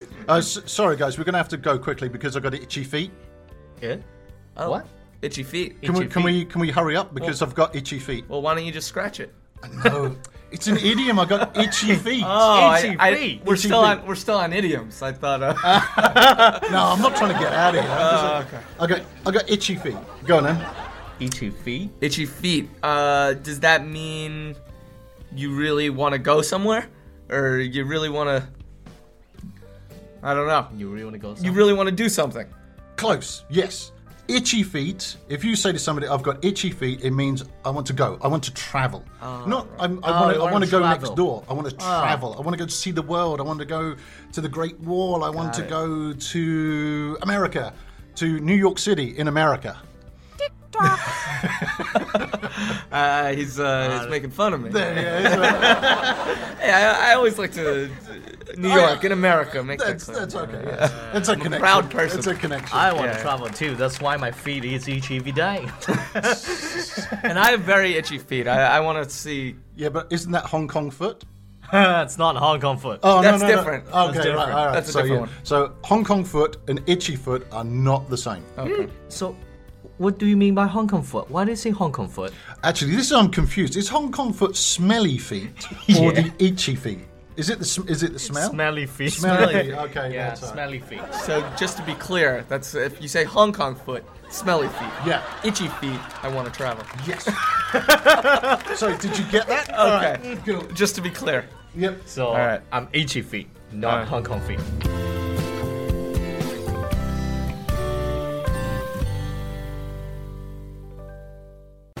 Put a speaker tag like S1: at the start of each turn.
S1: Um,
S2: Uh, s- sorry, guys, we're going to have to go quickly because I've got itchy feet.
S3: Yeah. Oh,
S1: What?
S3: Itchy feet.
S2: Can we can we can we hurry up because I've got itchy feet.
S3: Well, why don't you just scratch it?
S2: No, it's an idiom. I got itchy feet.
S1: Ah.
S3: Oh, I-
S1: Itchy
S3: I-
S1: feet.
S3: we're
S2: Itchy
S3: still
S2: feet.
S3: on we're still on idioms. I thought. Uh,
S2: No, I'm not trying to get out of here.
S1: Ah,
S2: I got I got itchy feet. Go on then.
S1: Itchy feet.
S3: Itchy feet. Uh, does that mean you really want to go somewhere, or you really want to? I don't know.
S1: You really want to go?
S3: You
S1: Somewhere?
S3: really want to do something.
S2: Close. Yes. Itchy feet. If you say to somebody, "I've got itchy feet," it means I want to go. I want to travel. Not I'm, I want
S1: Oh, you
S2: to. I
S1: wanna
S2: want to go
S1: travel. Ah.
S2: next door. I want to travel. I want to go to see the world. I want to go to the Great Wall. I want to
S1: it.
S2: go to America, to New York City in America.
S3: Uh, he's uh, he's making fun of me.
S2: Yeah, it's-
S3: Hey, I, I always like to New York in America. Make
S2: that's
S3: that
S2: that's
S3: clear.
S2: okay. Yes. It's a connection.
S3: proud person.
S2: It's a connection.
S1: I want
S3: Yeah.
S1: to travel too. That's why my feet is itchy every day.
S3: And I have very itchy feet. I, I want to see.
S2: yeah, but isn't that Hong Kong foot?
S1: it's not Hong Kong foot.
S2: Oh,
S3: That's different.
S2: Okay,
S3: That's
S2: right,
S3: different.
S2: all right.
S3: That's a
S2: so,
S3: different
S2: yeah.
S3: one.
S2: So Hong Kong foot and itchy foot are not the same.
S3: Oh.
S1: So, what do you mean by Hong Kong foot? Why do you say Hong Kong foot?
S2: Actually, this is I'm confused. Is Hong Kong foot smelly feet or
S1: Yeah.
S2: the itchy feet? Is it the sm- is it the smell?
S1: Smelly feet.
S2: Smelly, okay,
S1: Yeah,
S2: that's all right.
S1: smelly feet.
S3: So just to be clear, that's if you say Hong Kong foot, smelly feet.
S2: Yeah.
S3: Itchy feet. I want to travel.
S2: Yes. so did you get that? All
S3: Okay.
S2: right, Cool.
S3: Just to be clear.
S2: Yep.
S1: So
S3: right.
S1: I'm itchy feet, not
S3: right.
S1: Hong Kong feet.